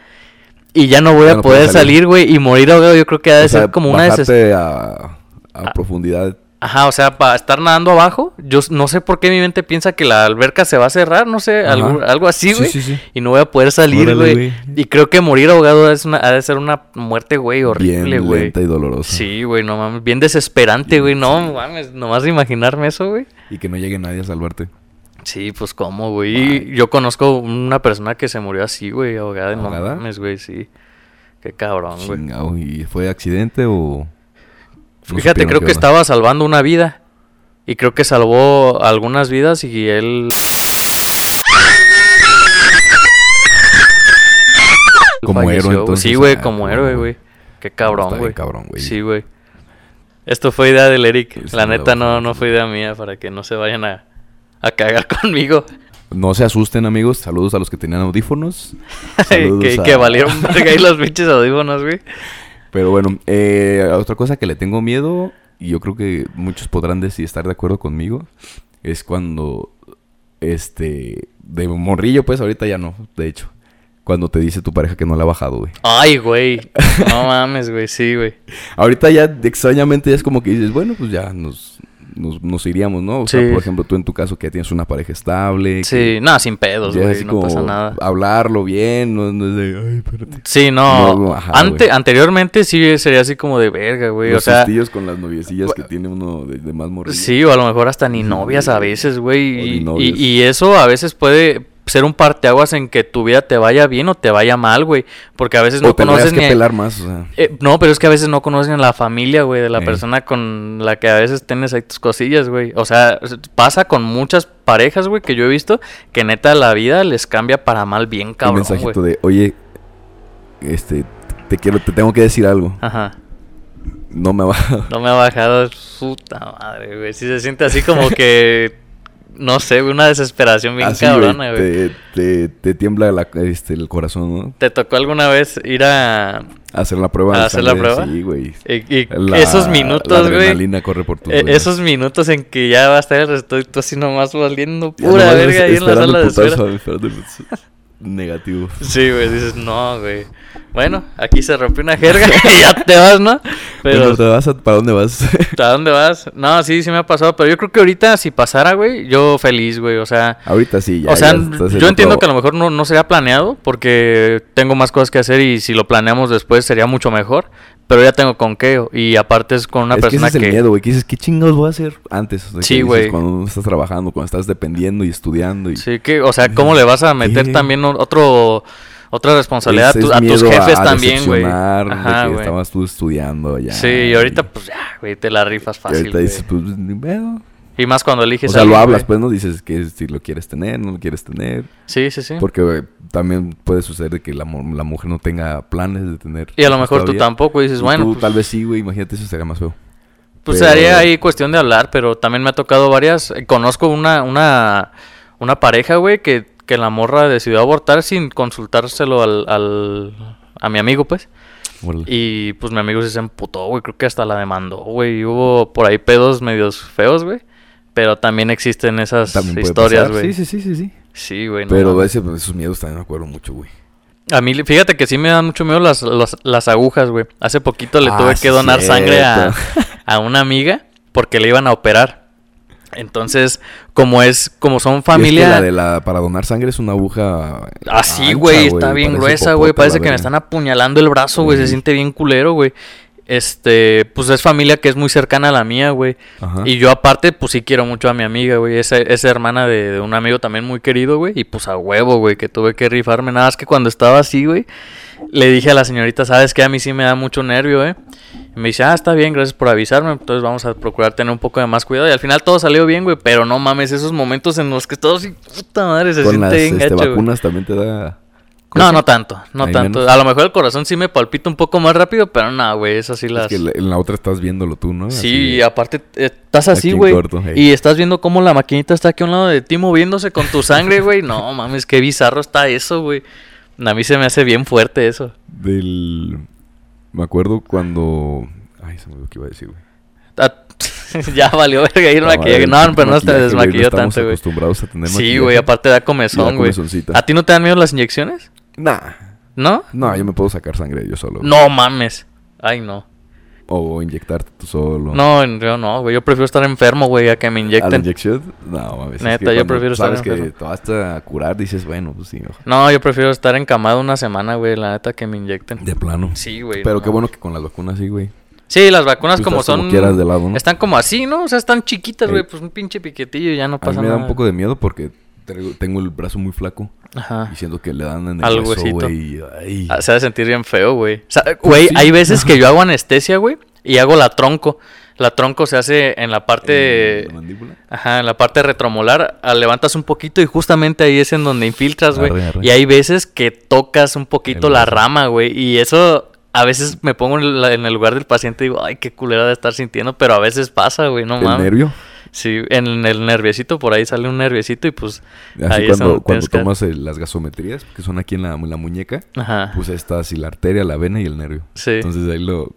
B: y ya no voy
A: Ya
B: a
A: no
B: poder
A: puedes salir.
B: salir, güey. Y morir ahogado, yo creo que ha de Ah.
A: O sea,
B: ser como una desesperación.
A: bajarte a, a profundidad.
B: Ajá, o sea, para estar nadando abajo, yo s- no sé por qué mi mente piensa que la alberca se va a cerrar, no sé,
A: Ajá.
B: algo, algo así,
A: Sí,
B: güey.
A: sí, sí.
B: Y no voy a poder salir,
A: Órale,
B: güey.
A: güey.
B: Y creo que morir ahogado es una, ha de ser una muerte, güey, horrible,
A: bien
B: güey.
A: lenta y dolorosa.
B: Sí, güey, no mames. Bien desesperante, güey. No mames, nomás de imaginarme eso, güey.
A: Y que no llegue nadie a salvarte.
B: Sí, pues cómo, güey. Yo conozco una persona que se murió así, güey, ahogada. y No
A: ¿Ahogada?
B: mames, güey, sí. Qué cabrón, güey.
A: Chingao, ¿Y fue accidente o...? no
B: Fíjate,
A: supieron
B: creo
A: qué
B: que
A: onda?
B: estaba salvando una vida. Y creo que salvó algunas vidas y él...
A: Como héroe,
B: falleció, güey.
A: entonces,
B: Sí, güey,
A: ah,
B: como
A: no,
B: héroe,
A: güey.
B: güey. Qué cabrón,
A: Está bien
B: güey.
A: cabrón, güey.
B: Sí, güey. Esto fue idea del Eric.
A: Sí,
B: La
A: sí,
B: neta
A: la
B: no,
A: verdad,
B: no
A: sí.
B: fue idea mía para que no se vayan a, a cagar conmigo.
A: No se asusten, amigos. Saludos a los que tenían audífonos. Saludos
B: que,
A: a-
B: que valieron verga ahí los pinches audífonos, güey.
A: Pero bueno, eh, otra cosa que le tengo miedo, y yo creo que muchos podrán decir estar de acuerdo conmigo, es cuando, este, de morrillo, pues ahorita ya no, de hecho, cuando te dice tu pareja que no la ha bajado, güey.
B: Ay, güey. No mames, güey. Sí, güey.
A: Ahorita ya extrañamente ya es como que dices, bueno, pues ya nos, nos, nos iríamos, ¿no? O
B: Sí.
A: sea, por ejemplo, tú en tu caso que ya tienes una pareja estable.
B: Sí, no, sin pedos,
A: ya es
B: güey.
A: así
B: No pasa nada.
A: Hablarlo bien, no, no es de, ay, espérate.
B: Sí, no.
A: No, no, ajá,
B: Ante-
A: güey.
B: anteriormente sí sería así como de verga, güey.
A: Los
B: o sea,
A: sustillos con las noviecillas que tiene uno de, de más morrillo.
B: sí, o a lo mejor hasta ni
A: Ujú,
B: novias
A: güey.
B: a veces,
A: O
B: güey.
A: ni
B: Y,
A: novias.
B: y- y eso a veces puede ser un parteaguas en que tu vida te vaya bien o te vaya mal, güey. Porque a veces
A: O
B: pues, no
A: te lo
B: conoces
A: que
B: ni. a-
A: pelar más, o sea.
B: Eh, no, pero es que a veces no conocen a la familia, güey, de la
A: Ey.
B: persona con la que a veces tienes ahí tus cosillas, güey. O sea, s- pasa con muchas parejas, güey, que yo he visto que neta la vida les cambia para mal bien
A: un
B: cabrón, güey.
A: mensajito de, oye, este, te quiero, te tengo que decir algo.
B: Ajá.
A: No me va.
B: Ah. No me ha bajado, puta madre, güey. Sí se siente así como que, no sé, güey, una desesperación bien
A: Así,
B: cabrona, güey. Te...
A: Te, te, te tiembla la- este, el corazón, ¿no?
B: tocó alguna vez ir a...
A: Hacer la prueba.
B: ¿A
A: de
B: hacer la
A: sangre,
B: prueba?
A: Sí, güey.
B: y- y
A: La-
B: esos
A: la
B: minutos, güey?
A: adrenalina corre por tus
B: eh,
A: venas.
B: esos minutos en que ya va a estar el resto y tú así nomás valiendo
A: Ya
B: pura
A: nomás
B: verga ahí en la
A: esperando
B: sala
A: el
B: de
A: putazo,
B: espera.
A: esperando el putazo. Negativo.
B: Sí, güey, dices, no, güey. Bueno, aquí se rompió una jerga y ya te vas, ¿no? Pero,
A: Bueno, ¿te vas a- ¿Para dónde vas?
B: ¿a dónde vas? No, sí, sí me ha pasado, pero yo creo que ahorita si pasara, güey, yo feliz, güey, o sea...
A: Ahorita sí, ya.
B: o sea,
A: ya estás en
B: yo entiendo
A: otro-
B: que a lo mejor no, no sería planeado porque tengo más cosas que hacer y si lo planeamos después sería mucho mejor, pero ya tengo con qué y aparte es con una
A: es
B: persona
A: que ese
B: que...
A: es el miedo, güey. Que dices, ¿qué chingados voy a hacer antes? O sea, que
B: Sí,
A: dices,
B: güey.
A: Cuando estás trabajando, cuando estás dependiendo y estudiando. Y
B: Sí, que, o sea, ¿cómo le vas a meter
A: Sí.
B: también o- otro otra responsabilidad a,
A: Ese
B: tu-
A: es
B: a tus
A: miedo
B: jefes
A: a
B: también, güey?
A: decepcionar, de
B: Ajá,
A: que
B: güey.
A: Estabas tú estudiando allá.
B: Sí, y ahorita pues ya, güey, te la rifas
A: y
B: fácil.
A: ahorita
B: güey. Y,
A: dices, pues, ni pedo.
B: más cuando eliges
A: O sea,
B: a
A: lo
B: alguien,
A: hablas,
B: güey.
A: pues, no dices que si lo quieres tener, no lo quieres tener.
B: Sí, sí, sí.
A: Porque güey, también puede suceder de que la, mu- la mujer no tenga planes de tener.
B: Y a lo
A: hijos
B: mejor tú
A: pues, todavía.
B: tampoco y dices,
A: Y
B: bueno,
A: tú
B: pues,
A: tal vez sí, güey. Imagínate, eso sería más feo.
B: Pues
A: Pero-
B: sería ahí cuestión de hablar, pero también me ha tocado varias. Eh, Conozco una, una, una pareja, güey, que, que la morra decidió abortar sin consultárselo al, al- a mi amigo, pues.
A: Órale.
B: Y pues mi amigo sí se emputó, güey. Creo que hasta la demandó, güey. Y hubo por ahí pedos medios feos, güey. Pero también existen esas
A: También puede
B: pues, historias,
A: pasar.
B: güey.
A: Sí, sí, sí, sí, sí.
B: Sí, güey. no
A: Pero
B: mames.
A: ese, esos miedos también me acuerdo mucho, güey.
B: A mí, fíjate que sí me dan mucho miedo las, las, las agujas, güey. Hace poquito le
A: Ah,
B: tuve
A: sí,
B: que donar sangre a,
A: cierto.
B: a una amiga porque le iban a operar. Entonces, como es, como son
A: Y es
B: familia.
A: que la de la para donar sangre es una aguja.
B: Así,
A: ancha,
B: Ah, güey, está bien
A: parece
B: gruesa,
A: popote,
B: güey. Parece
A: la
B: que me
A: verga.
B: están apuñalando el brazo, güey. Se
A: Ujú.
B: siente bien culero, güey. Este, pues es familia que es muy cercana a la mía, güey.
A: Ajá.
B: Y yo aparte, pues sí quiero mucho a mi amiga, güey. Esa, esa hermana de, de un amigo también muy querido, güey. Y pues a huevo, güey, que tuve que rifarme. Nada más que cuando estaba así, güey, le dije a la señorita, ¿sabes qué? A mí sí me da mucho nervio, eh. Y me dice, ah, está bien, gracias por avisarme. Entonces vamos a procurar tener un poco de más cuidado. Y al final todo salió bien, güey. Pero no mames, esos momentos en los que todos así, puta madre, se
A: Con
B: siente
A: las
B: bien
A: este,
B: gacho, güey.
A: vacunas también te da.
B: No, no tanto, no
A: Ahí
B: tanto.
A: menos.
B: A lo mejor el corazón sí me palpita un poco más rápido, pero no, güey, eso sí las...
A: Es que la- en la otra estás viéndolo tú, ¿no?
B: Sí,
A: Así.
B: y aparte eh, estás
A: Aquí
B: así,
A: en
B: güey.
A: corto, hey.
B: Y estás viendo cómo la maquinita está aquí a un lado de ti moviéndose con tu sangre, güey. No mames, qué bizarro está eso, güey. A mí se me hace bien fuerte eso.
A: Del. Me acuerdo cuando. Ay, se me olvidó que iba a decir, güey.
B: Ah, ya valió verga ir
A: Madre,
B: maquillaje. No, pero no te
A: maquillaje, güey,
B: desmaquilló
A: estamos
B: tanto, güey.
A: acostumbrados a tener
B: Sí,
A: maquillaje.
B: güey, aparte da
A: Y
B: comezón,
A: da
B: güey.
A: comezoncita.
B: ¿A ti no te dan miedo las inyecciones?
A: Nah.
B: ¿No?
A: No, yo me puedo sacar sangre yo solo. güey.
B: No mames. Ay, no.
A: O inyectarte tú solo.
B: No, yo no, güey. Yo prefiero estar enfermo, güey, a que me
A: ¿A la
B: inyecten.
A: inyección? No, mames. es
B: Neta,
A: que
B: yo
A: cuando
B: prefiero estar
A: Sabes que
B: enfermo.
A: te vas a curar, dices, bueno, pues sí. ojo.
B: No, yo prefiero estar encamado una semana, güey, la neta, que me inyecten.
A: De plano.
B: Sí, güey.
A: Pero
B: no
A: qué
B: mames.
A: bueno que con las vacunas sí, güey.
B: Sí, las vacunas
A: Tú
B: como
A: estás
B: son...
A: como quieras de lado, ¿no?
B: Están como así, ¿no? O sea, están chiquitas,
A: Ey.
B: güey. Pues un pinche piquetillo y ya no
A: A mí
B: pasa
A: me da
B: nada.
A: un poco de miedo porque traigo- tengo el brazo muy flaco
B: Ajá.
A: y siento que le dan en el
B: Ah. Al
A: hueso,
B: huesito.
A: güey. y, ay.
B: Ah, Se ha de sentir bien feo, güey. O sea, güey,
A: Pues sí.
B: hay veces que yo hago anestesia, güey, y hago la tronco. La tronco se hace en la parte...
A: ¿En la mandíbula?
B: Ajá, en la parte retromolar, ah, levantas un poquito y justamente ahí es en donde infiltras, güey.
A: Arre, arre.
B: Y hay veces que tocas un poquito
A: El
B: la
A: brazo.
B: rama, güey. Y eso a veces me pongo en, la- en el lugar del paciente y digo, ay, qué culera de estar sintiendo, pero a veces pasa, güey, no
A: ¿El
B: mames.
A: nervio?
B: Sí, en el nerviecito, por ahí sale un nerviecito y pues
A: Así
B: ahí es
A: cuando,
B: donde
A: cuando
B: tienes que-
A: tomas eh, las gasometrías, que son aquí en la, en la muñeca,
B: Ajá.
A: pues está así la arteria, la vena y el nervio.
B: Sí.
A: Entonces ahí lo...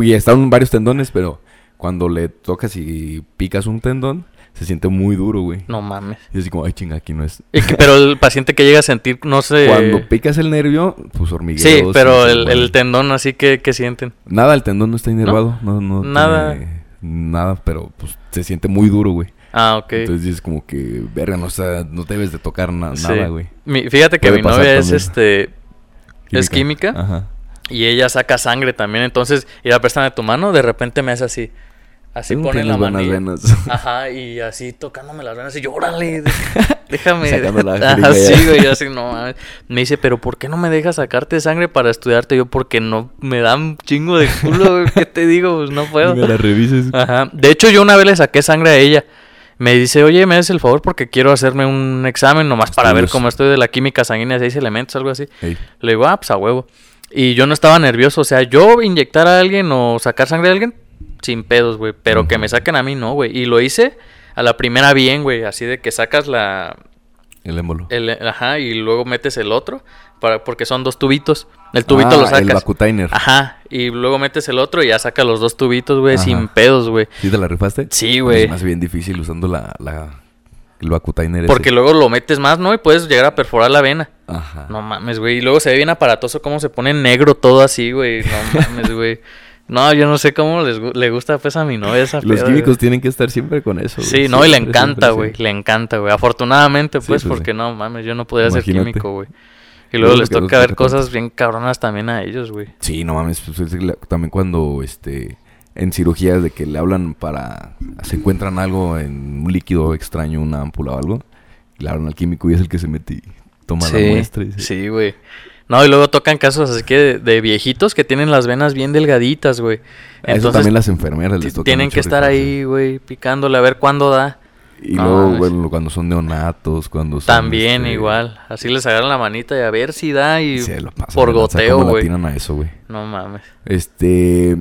A: Y están varios tendones, pero cuando le tocas y picas un tendón, se siente muy duro, güey.
B: No mames.
A: Y así como, ay, chinga, aquí no es.
B: Y que- pero el paciente que llega a sentir, no sé...
A: Cuando picas el nervio, pues hormigueo.
B: Sí, pero
A: se
B: el,
A: mueve.
B: el tendón así que, que sienten.
A: Nada, el tendón no está inervado. No, no.
B: Nada.
A: tiene nada, pero pues se siente muy duro, güey.
B: Ah, ok.
A: Entonces dices como que, verga, no, o sea, no debes de tocar na-
B: Sí.
A: nada, güey.
B: Mi- fíjate que
A: Puede
B: mi
A: pasar
B: novia es
A: también.
B: este... ¿Es química?
A: Ajá.
B: Y ella saca sangre también, entonces, y la préstame tu mano, de repente me hace así. Así
A: Tú
B: pone la
A: tienes buenas
B: manilla. Ah.
A: venas.
B: Ajá, y así tocándome las venas y yo, órale, de- déjame.
A: Sacando la jeringa ya.
B: Ajá, sí, güey, yo así no mames. Me dice, pero ¿por qué no me dejas sacarte sangre para estudiarte? Yo, porque no me da un chingo de culo, güey, ¿qué te digo? Pues no puedo.
A: Ni me la revises.
B: Ajá. De hecho, yo una vez le saqué sangre a ella. Me dice, oye, me haces el favor porque quiero hacerme un examen nomás para ver
A: Estudios.
B: cómo estoy de la química sanguínea, seis elementos, algo así.
A: Ey,
B: Le digo, ah, pues a huevo. Y yo no estaba nervioso. O sea, yo inyectar a alguien o sacar sangre a alguien, sin pedos, güey. Pero que me saquen a mí, no, güey. Y lo hice a la primera bien, güey. Así de que sacas la...
A: el émbolo.
B: El, ajá, y luego metes el otro. Para, porque son dos tubitos. El tubito
A: Ah,
B: lo
A: El
B: sacas.
A: vacutainer.
B: ajá. Y luego metes el otro y ya sacas los dos tubitos, güey.
A: Ajá.
B: Sin pedos, güey.
A: ¿Sí te la rifaste? Pues
B: Sí, güey.
A: Es más bien difícil usando la, la, el vacutainer. ese.
B: Porque luego lo metes más, ¿no? Y puedes llegar a perforar la vena.
A: Ajá.
B: No mames, güey. Y luego se ve bien aparatoso cómo se pone negro todo así, güey. No mames, güey. No, yo no sé cómo les gu- le gusta pues a mi novia esa
A: Los
B: peda,
A: químicos
B: güey.
A: tienen que estar siempre con eso. güey.
B: Sí, no, y le
A: Siempre,
B: encanta,
A: siempre,
B: güey.
A: siempre.
B: Le encanta, güey. Afortunadamente,
A: Sí, pues,
B: pues,
A: sí.
B: porque no mames, yo no podría ser
A: Imagínate.
B: químico, güey. Y luego
A: Luego
B: les
A: que los
B: toca ver
A: toca
B: cosas bien cabronas también a ellos, güey.
A: Sí, no mames. pues, es la- también cuando este en cirugías de que le hablan para se encuentran algo en un líquido extraño, una ámpula o algo, y le hablan al químico y es el que se mete y toma la muestra. y dice,
B: Sí, güey. No, y luego tocan casos así que de, de viejitos que tienen las venas bien delgaditas, güey.
A: a eso también las enfermeras les
B: Ti-
A: toca
B: Tienen
A: mucho
B: que estar
A: rifarse.
B: ahí, güey, picándole a ver cuándo da.
A: Y
B: No,
A: luego,
B: es-
A: bueno, cuando son neonatos, cuando son...
B: También
A: este,
B: igual. Así les agarran la manita y a ver si da y
A: se lo pasan
B: por
A: de lanza,
B: goteo,
A: ¿cómo la
B: güey.
A: atinan a eso, güey?
B: No mames.
A: Este...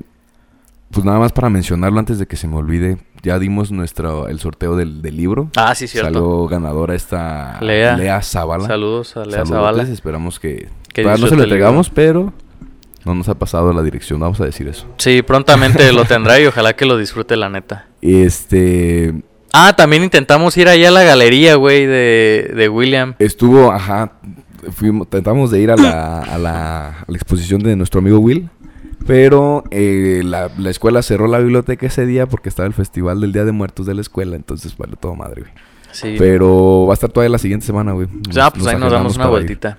A: pues nada más para mencionarlo antes de que se me olvide, ya dimos nuestro el sorteo del, del libro.
B: Ah, sí, cierto.
A: Salió ganadora esta
B: Lea.
A: Zavala.
B: Saludos a Lea
A: Saludotes,
B: Zavala.
A: Esperamos que...
B: Que
A: todavía no se lo
B: disfrute el
A: entregamos, pero no nos ha pasado la dirección, vamos a decir eso.
B: Sí, prontamente lo tendrá y ojalá que lo disfrute, la neta.
A: Este...
B: Ah, también intentamos ir allá a la galería, güey, de, de William.
A: Estuvo, ajá, fuimos, tratamos de ir a la, a la, a la exposición de nuestro amigo Will, pero eh, la, la escuela cerró la biblioteca ese día porque estaba el festival del Día de Muertos de la escuela, entonces vale todo madre, güey.
B: Sí.
A: Pero va a estar todavía la siguiente semana, güey.
B: ah, pues ahí nos
A: agendamos
B: damos una
A: para ir.
B: vueltita.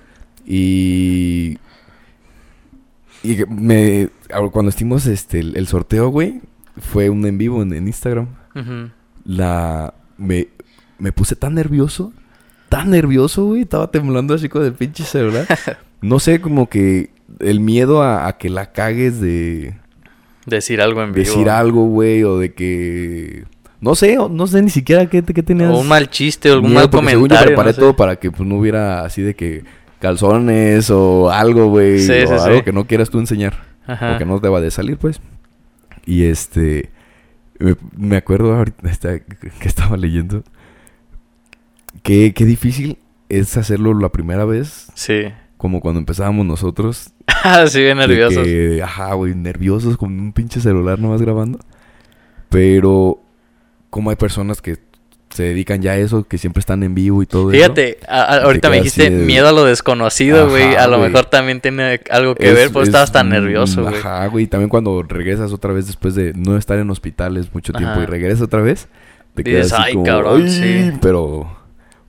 A: Y... Y que me... ahora, Cuando hicimos este, el, el sorteo, güey, fue un en vivo en, en Instagram.
B: Ujú.
A: La... Me, me puse tan nervioso. Tan nervioso, güey. Estaba temblando así con el pinche celular. No sé, como que el miedo a, a que la cagues de
B: Decir algo en vivo.
A: decir algo, güey, o de que... No sé, o- no sé ni siquiera qué, qué tenías.
B: O un mal chiste, o algún
A: Miedo,
B: mal
A: porque según
B: comentario.
A: Yo preparé
B: no sé.
A: todo para que pues, no hubiera así de que calzones o algo, güey.
B: Sí,
A: o
B: sí,
A: algo
B: sí.
A: que no quieras tú enseñar.
B: Ajá.
A: O que no deba de salir, pues. Y este. Me, me acuerdo ahorita esta- que estaba leyendo. Que, qué difícil es hacerlo la primera vez.
B: Sí.
A: Como cuando empezábamos nosotros.
B: Ah, sí, bien
A: de
B: nerviosos.
A: que, ajá, güey, nerviosos con un pinche celular nomás grabando. Pero. Como hay personas que se dedican ya a eso, que siempre están en vivo y todo eso.
B: Fíjate, a- a-
A: te
B: ahorita me
A: quedas
B: dijiste
A: así de-
B: miedo a lo desconocido,
A: Ajá,
B: güey. A lo
A: güey.
B: mejor también tiene algo que
A: Es-
B: ver, pues
A: es-
B: estabas tan
A: mm,
B: nervioso, güey.
A: Ajá, güey. Y También cuando regresas otra vez después de no estar en hospitales mucho tiempo
B: Ajá.
A: y regresas otra vez, te
B: Dices,
A: quedas así
B: "Ay,
A: como,
B: cabrón,
A: "Ay",
B: sí".
A: Pero,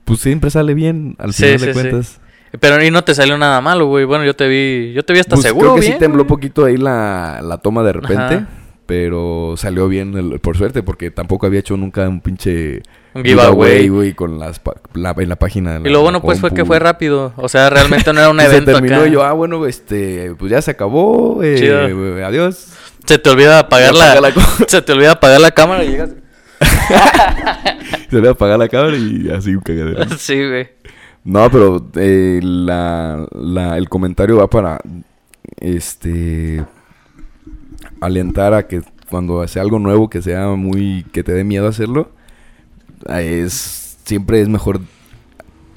A: pues siempre sale bien al
B: Sí,
A: final
B: sí,
A: de
B: sí.
A: cuentas.
B: Pero y no te salió nada malo, güey. Bueno, yo te vi, yo te vi hasta
A: Pues,
B: seguro,
A: creo que
B: bien,
A: sí tembló
B: güey.
A: poquito ahí la, la toma de repente.
B: Ajá.
A: Pero salió bien, el- por suerte, porque tampoco había hecho nunca un pinche
B: Un giveaway.
A: güey, con las pa- la, en la página. de
B: Y
A: la
B: lo bueno, pues, fue que
A: compu.
B: fue rápido. O sea, realmente no era un
A: Y
B: evento
A: se terminó
B: acá.
A: y yo, ah, bueno, este, pues ya se acabó. eh,
B: Chido.
A: adiós.
B: Se te olvida apagar la...
A: Apaga la co-
B: Se te olvida apagar la cámara y llegas...
A: Se le va a apagar la cámara y así un cagadero.
B: sí, güey.
A: No, pero eh, la, la- el comentario va para este alentar a que cuando sea algo nuevo que sea muy que te dé miedo hacerlo eh, es siempre es mejor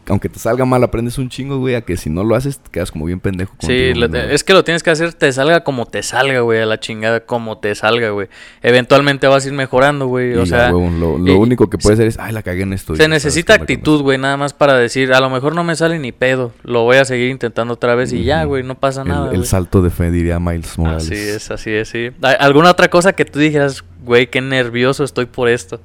A: aunque te salga mal aprendes un chingo güey a que si no lo haces te quedas como bien pendejo
B: Sí,
A: contigo
B: lo-
A: mismo, güey.
B: es que lo tienes que hacer, te salga como te salga, güey, a la chingada, como te salga, güey. Eventualmente vas a ir mejorando, güey.
A: Y
B: O
A: a
B: sea,
A: huevo, lo, lo
B: y-
A: único que puede ser es ay la cagué en esto y
B: Se
A: sabes
B: necesita
A: que no la
B: actitud, güey, nada más para decir, a lo mejor no me sale ni pedo, lo voy a seguir intentando otra vez y ya,
A: Ujú.
B: güey, no pasa
A: El-
B: nada.
A: el,
B: güey.
A: salto de fe diría Miles Morales
B: Así es, así es, sí. ¿A- ¿Alguna otra cosa que tú dijeras, güey, qué nervioso estoy por esto?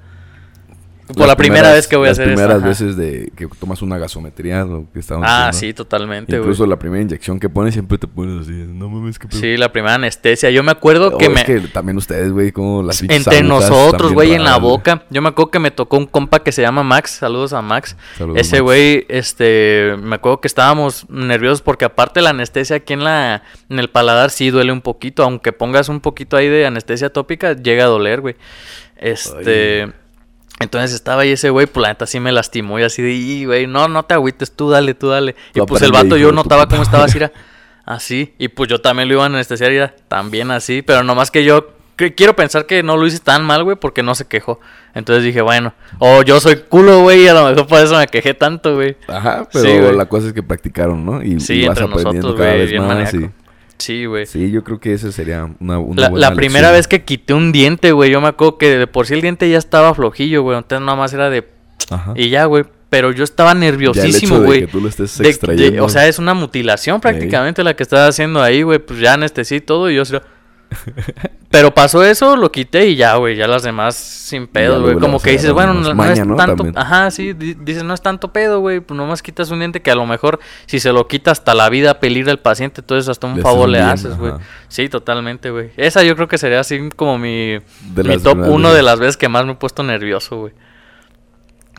B: Por la
A: Las
B: primera
A: primeras-
B: vez que voy a hacer
A: Las
B: esto.
A: primeras
B: ajá.
A: veces de que tomas una gasometría, lo que estábamos
B: Ah, sí,
A: diciendo.
B: totalmente, güey.
A: Incluso la primera inyección que pones siempre te pones así, no mames, qué pedo.
B: Sí, la primera anestesia. Yo me acuerdo
A: Oh,
B: que me...
A: es que también ustedes, güey, como las pinches
B: Entre
A: agujas están
B: nosotros,
A: bien
B: güey, en la
A: raras,
B: boca. Yo me acuerdo que me tocó un compa que se llama Max. Saludos a Max.
A: Saludos,
B: Ese
A: Max.
B: güey, este, me acuerdo que estábamos nerviosos porque aparte la anestesia aquí en la, en el paladar sí duele un poquito. Aunque pongas un poquito ahí de anestesia tópica, llega a doler, güey. Este, entonces estaba ahí ese güey, pues la neta sí me lastimó y así de, "Y, güey, no, no te agüites, tú dale, tú dale. Y
A: Tú
B: pues el
A: aprende,
B: vato
A: hijo
B: yo
A: de tu
B: notaba
A: puta
B: cómo estaba
A: madre.
B: así, era así. Y pues yo también lo iba a anestesiar y era también así. Pero nomás que yo que- quiero pensar que no lo hice tan mal, güey, porque no se quejó. Entonces dije, bueno, o yo soy culo, güey, y a lo mejor por eso me quejé tanto, güey.
A: Ajá,
B: Sí,
A: pero
B: güey.
A: la cosa es que practicaron, ¿no? Y,
B: Sí,
A: y vas
B: entre
A: aprendiendo
B: nosotros,
A: cada
B: güey,
A: vez
B: bien
A: más.
B: maníaco.
A: Y,
B: Sí, güey.
A: sí, yo creo que esa sería una, una
B: La,
A: buena
B: la primera
A: lección.
B: vez que quité un diente, güey, yo me acuerdo que de por sí el diente ya estaba flojillo, güey. Entonces nomás era de...
A: Ajá.
B: Y ya, güey. Pero yo estaba
A: Ya el
B: nerviosísimo,
A: hecho de
B: güey.
A: que tú lo estés
B: de- de-
A: extrayendo.
B: o sea, es una mutilación prácticamente la que estaba haciendo ahí, güey. Pues ya anestesié y todo y yo... sí lo- Pero pasó eso, lo quité y ya, güey. Ya las demás sin pedo,
A: luego
B: güey.
A: le
B: Como
A: vas
B: que dices, bueno,
A: agarrando
B: no,
A: más
B: no es
A: maña, ¿no?
B: tanto...
A: También.
B: Ajá, sí. di- Dices, no es tanto pedo, güey. Pues nomás quitas un diente que a lo mejor si se lo quita hasta la vida pelir del paciente, entonces hasta un
A: Le haces
B: favor
A: un
B: le
A: bien,
B: haces, güey.
A: ajá.
B: Sí, totalmente, güey. Esa yo creo que sería así como mi,
A: De
B: mi
A: las
B: top
A: primeras
B: uno
A: veces.
B: de las veces que más me he puesto nervioso, güey.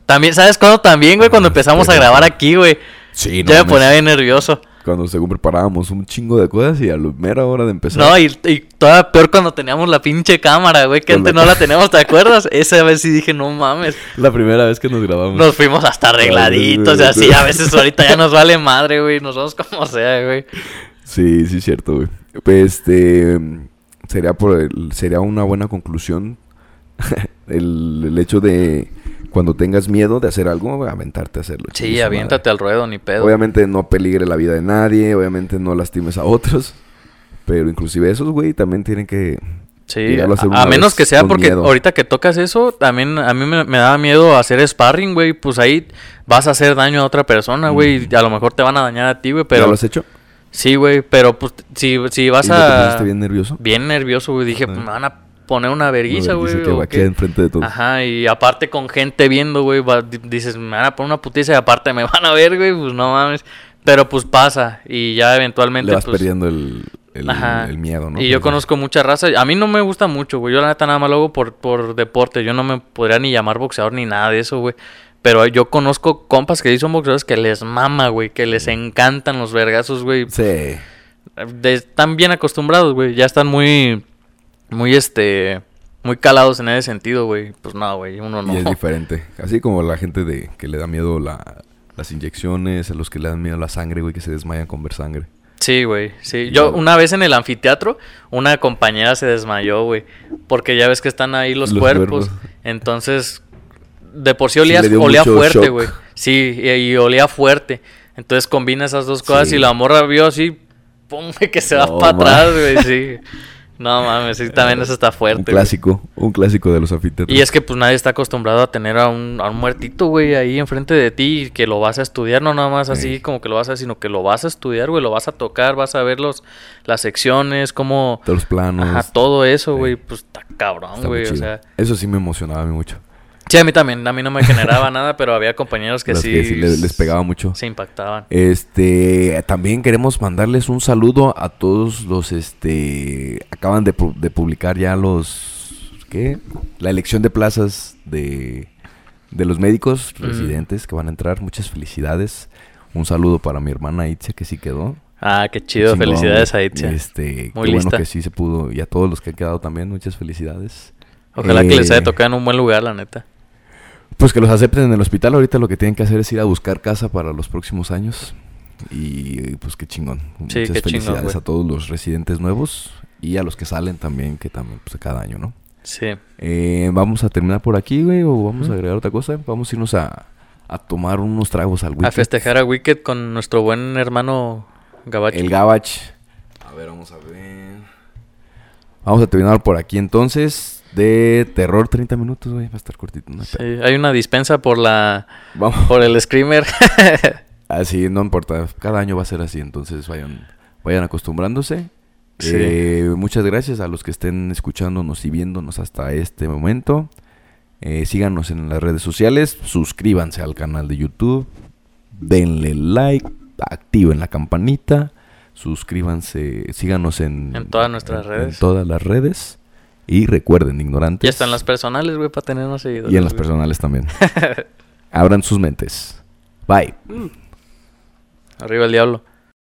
B: También, ¿sabes cuándo también, güey? Cuando
A: Ah,
B: empezamos a
A: pero-
B: grabar aquí, güey.
A: Sí, no
B: ya me
A: mames.
B: ponía bien nervioso.
A: Cuando según preparábamos un chingo de cosas y a la mera hora de empezar.
B: No, y, y todavía peor cuando teníamos la pinche cámara, güey, que
A: Con
B: antes
A: la
B: no la
A: ca-
B: teníamos, ¿te acuerdas? Esa vez sí dije, no mames.
A: La primera vez que nos grabamos.
B: Nos fuimos hasta arregladitos y
A: güey,
B: así.
A: güey.
B: A veces ahorita ya nos vale madre, güey. Nos vamos como sea, güey.
A: Sí, sí, es cierto, güey. Pues, Este. sería, por el- sería una buena conclusión el, el hecho de cuando tengas miedo de hacer algo, aventarte a hacerlo. chingue
B: Sí,
A: su
B: aviéntate al ruedo, ni
A: madre.
B: pedo.
A: Obviamente no peligre la vida de nadie, obviamente no lastimes a otros, pero inclusive esos, güey, también tienen que...
B: Sí,
A: llegarlo a hacer
B: a, a
A: una
B: menos
A: vez
B: que sea
A: con
B: porque
A: miedo.
B: ahorita que tocas eso, también a mí me, me daba miedo hacer sparring, güey. Pues ahí vas a hacer daño a otra persona, güey. y A lo mejor te van a dañar a ti, güey,
A: Mm. ¿Ya
B: pero...
A: lo has hecho?
B: Sí, güey, pero pues si, si vas
A: ¿Y no te
B: a...
A: pusiste bien nervioso?
B: bien nervioso, güey. Dije,
A: Ah.
B: pues me van a poner una
A: Dice
B: verguiza, güey.
A: que
B: o
A: va aquí
B: qué".
A: enfrente de todos.
B: Ajá, y aparte con gente viendo, güey, va- di- dices, me van a poner una putiza y aparte me van a ver, güey, pues no mames. Pero pues pasa y ya eventualmente
A: Le vas
B: pues,
A: perdiendo el, el-
B: ajá.
A: el miedo, ¿no?
B: Y yo
A: Pues,
B: conozco mucha raza, a mí no me gusta mucho, güey. Yo la neta nada más lo hago por por deporte, yo no me podría ni llamar boxeador ni nada de eso, güey. Pero yo conozco compas que sí son boxeadores que les mama, güey, que les encantan los vergazos, güey.
A: Sí.
B: de- están bien acostumbrados, güey. Ya están muy, muy, este, muy calados en ese sentido, güey. Pues no, güey, uno no.
A: Y es diferente. Así como la gente de que le da miedo la- las inyecciones, a los que le dan miedo la sangre, güey, que se desmayan con ver sangre.
B: Sí, güey, sí. Yo una vez en el anfiteatro, una compañera se desmayó, güey. Porque ya ves que están ahí los,
A: Los
B: cuerpos.
A: cuerpos.
B: Entonces, de por sí
A: Sí,
B: olía,
A: le dio
B: olía
A: mucho
B: fuerte,
A: shock.
B: güey. Sí, y, y olía fuerte. Entonces combina esas dos cosas
A: Sí.
B: y la morra vio así, pum, que se va
A: No,
B: para
A: ma.
B: atrás, güey, sí. No mames, sí, también eso está fuerte.
A: un
B: güey.
A: clásico, un clásico de los anfiteatros.
B: Y es que pues nadie está acostumbrado a tener a un, a un muertito, güey, ahí enfrente de ti y que lo vas a estudiar, no nada más así
A: Ey.
B: como que lo vas a, sino que lo vas a estudiar, güey, lo vas a tocar, vas a ver los, las secciones, cómo...
A: Todos los planos.
B: Ajá, todo eso,
A: Ey.
B: güey, pues está cabrón,
A: está muy
B: güey, o
A: chido.
B: sea...
A: Eso sí me emocionaba a mí mucho.
B: Sí, a mí también, a mí no me generaba nada, pero había compañeros que
A: Las
B: sí...
A: que sí le- les, pegaba mucho. Ah,
B: Se impactaban.
A: Este, también queremos mandarles un saludo a todos los, este, acaban de, pu- de publicar ya los, ¿qué? La elección de plazas de, de los médicos
B: Mm.
A: residentes que van a entrar. Muchas felicidades. Un saludo para mi hermana Itzia que sí quedó.
B: Ah, qué chido,
A: Chingón,
B: felicidades a
A: güey.
B: Itzia.
A: Este,
B: Muy
A: qué
B: lista.
A: bueno que sí se pudo. Y a todos los que han quedado también, muchas felicidades.
B: Ojalá que les
A: Eh,
B: haya tocado en un buen lugar, la neta.
A: Pues que los acepten en el hospital. Ahorita lo que tienen que hacer es ir a buscar casa para los próximos años. Y pues qué chingón.
B: Sí,
A: Muchas
B: qué chingón,
A: felicidades
B: güey.
A: a todos los residentes nuevos y a los que salen también, que también pues cada año, ¿no?
B: Sí.
A: Eh, vamos a terminar por aquí, güey, o vamos
B: Ujú.
A: a agregar otra cosa. Vamos a irnos a, a tomar unos tragos al
B: A
A: Wicked.
B: festejar a Wicked con nuestro buen hermano Gabacho.
A: El Gabach. A ver, vamos a ver. Vamos a terminar por aquí entonces. De terror, 30 minutos, güey. Va a estar cortito. no hay
B: Sí,
A: pedo.
B: hay una dispensa por la
A: Vamos.
B: por el screamer.
A: Así, no importa. Cada año va a ser así, entonces vayan, vayan acostumbrándose.
B: Sí.
A: Eh, muchas gracias a los que estén escuchándonos y viéndonos hasta este momento. Eh, síganos en las redes sociales, suscríbanse al canal de YouTube, denle like, activen la campanita, suscríbanse, síganos en,
B: En todas nuestras
A: en-
B: redes.
A: En todas las redes. Y recuerden, ignorantes.
B: ya están las personales, güey, para tener más seguidores.
A: Y en las
B: güey.
A: personales también. Abran sus mentes. Bye.
B: Arriba el diablo.